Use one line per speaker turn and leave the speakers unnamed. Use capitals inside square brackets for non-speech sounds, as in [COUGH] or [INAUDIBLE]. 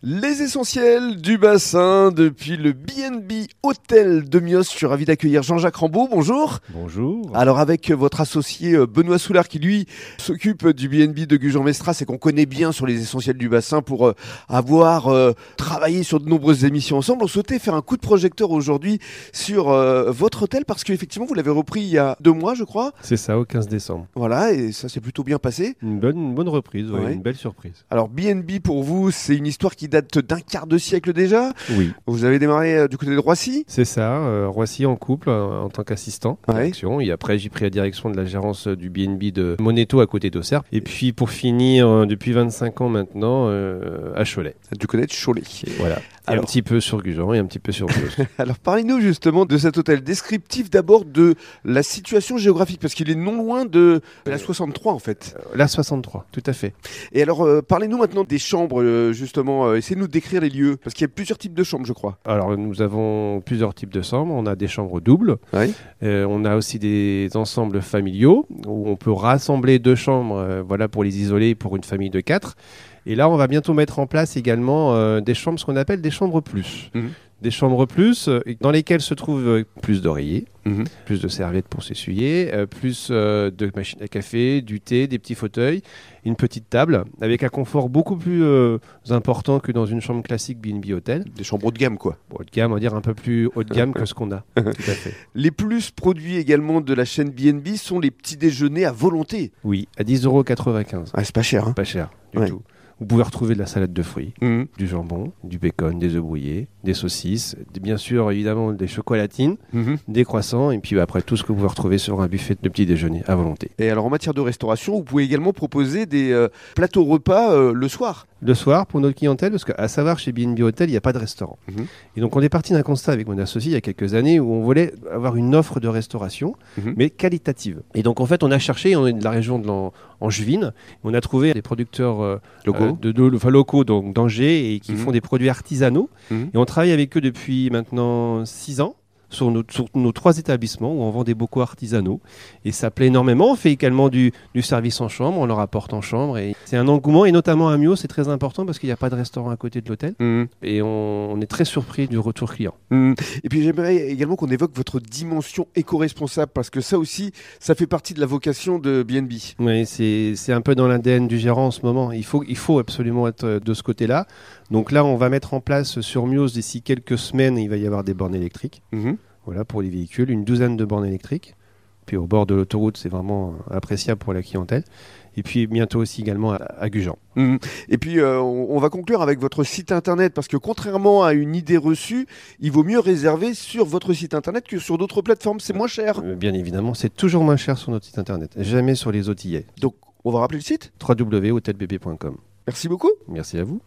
Les essentiels du bassin depuis le BNB Hôtel de Mios. Je suis ravi d'accueillir Jean-Jacques Rambaud. Bonjour.
Bonjour.
Alors, avec votre associé euh, Benoît Soulard qui, lui, s'occupe du BNB de Gujan-Mestras et qu'on connaît bien sur les essentiels du bassin pour euh, avoir euh, travaillé sur de nombreuses émissions ensemble, on souhaitait faire un coup de projecteur aujourd'hui sur euh, votre hôtel parce qu'effectivement, vous l'avez repris il y a deux mois, je crois.
C'est ça, au 15 décembre.
Voilà, et ça s'est plutôt bien passé.
Une bonne, une bonne reprise, ouais,
Ouais.
une belle surprise.
Alors, BNB pour vous, c'est une histoire qui date d'un quart de siècle déjà.
Oui.
Vous avez démarré euh, du côté de Roissy
C'est ça, euh, Roissy en couple, euh, en tant qu'assistant.
Ouais.
direction. Et après, j'ai pris la direction de la gérance euh, du BNB de Moneto à côté d'Auxerre. Et puis, pour finir, euh, depuis 25 ans maintenant, euh, à Cholet.
du côté de Cholet. [LAUGHS]
Et voilà. Et
Alors-
un petit peu sur Gujan et un petit peu [LAUGHS] sur Bios.
Alors parlez-nous justement de cet hôtel descriptif d'abord de la situation géographique parce qu'il est non loin de la 63 en fait.
la 63, tout à fait.
Et alors euh, parlez-nous maintenant des chambres euh, justement, euh, essayez-nous de décrire les lieux parce qu'il y a plusieurs types de chambres je crois.
Alors, nous avons plusieurs types de chambres. On a des chambres doubles.
Oui.
Euh, on a aussi des ensembles familiaux où on peut rassembler deux chambres euh, voilà, pour les isoler pour une famille de quatre. Et là, on va bientôt mettre en place également euh, des chambres, ce qu'on appelle des chambres plus.
Mhm.
Des chambres plus euh, dans lesquelles se trouvent euh, plus d'oreillers,
Mhm.
plus de serviettes pour s'essuyer, euh, plus euh, de machines à café, du thé, des petits fauteuils, une petite table avec un confort beaucoup plus euh, important que dans une chambre classique B&B Hôtel.
Des chambres haut de gamme quoi.
Bon, haut de gamme, on va dire un peu plus haut de gamme que ce qu'on a. Tout à fait.
Les plus produits également de la chaîne BNB sont les petits déjeuners à volonté.
Oui, à 10,95€.
Ah c'est pas cher hein.
Pas cher du
Ouais.
tout. Vous pouvez retrouver de la salade de fruits,
Mhm.
du jambon, du bacon, des œufs brouillés, des saucisses, des- bien sûr évidemment des chocolatines,
Mhm.
des croissants et puis bah, après tout ce que vous pouvez retrouver sur un buffet de petit déjeuner à volonté.
Et alors en matière de restauration, vous pouvez également proposer des euh, plateaux repas euh, le soir.
Le soir, pour notre clientèle, parce qu'à savoir, chez B&B Hotel, il n'y a pas de restaurant.
Mhm.
Et donc, on est parti d'un constat avec mon associé il y a quelques années où on voulait avoir une offre de restauration,
Mhm.
mais qualitative. Et donc, en fait, on a cherché, on est de la région de l'An- Angevine, on a trouvé des producteurs euh, euh, de, de- enfin, locaux donc d'Angers et qui
Mhm.
font des produits artisanaux.
Mhm.
Et on travaille avec eux depuis maintenant six ans sur nos, sur nos trois établissements où on vend des bocaux artisanaux. Et ça plaît énormément. On fait également du, du service en chambre, on leur apporte en chambre. Et c'est un engouement, et notamment à Mio, c'est très important parce qu'il n'y a pas de restaurant à côté de l'hôtel.
Mhm.
Et on, on est très surpris du retour client.
Mm. Et puis j'aimerais également qu'on évoque votre dimension éco-responsable parce que ça aussi, ça fait partie de la vocation de BNB.
Oui, c'est c'est un peu dans l'ADN du gérant en ce moment. Il faut, il faut absolument être euh, de ce côté-là. Donc là, on va mettre en place sur Mios d'ici quelques semaines, il va y avoir des bornes électriques.
Hum.
Voilà pour les véhicules, une douzaine de bornes électriques. Puis au bord de l'autoroute, c'est vraiment euh, appréciable pour la clientèle. Et puis bientôt aussi également à, à Gujan.
Mm. Et puis euh, on, on va conclure avec votre site internet parce que contrairement à une idée reçue, il vaut mieux réserver sur votre site internet que sur d'autres plateformes, c'est moins cher.
Euh, Bien évidemment, c'est toujours moins cher sur notre site internet. Jamais sur les outillets.
Donc on va rappeler le site.
www.hotelbb.com.
Merci beaucoup.
Merci à vous.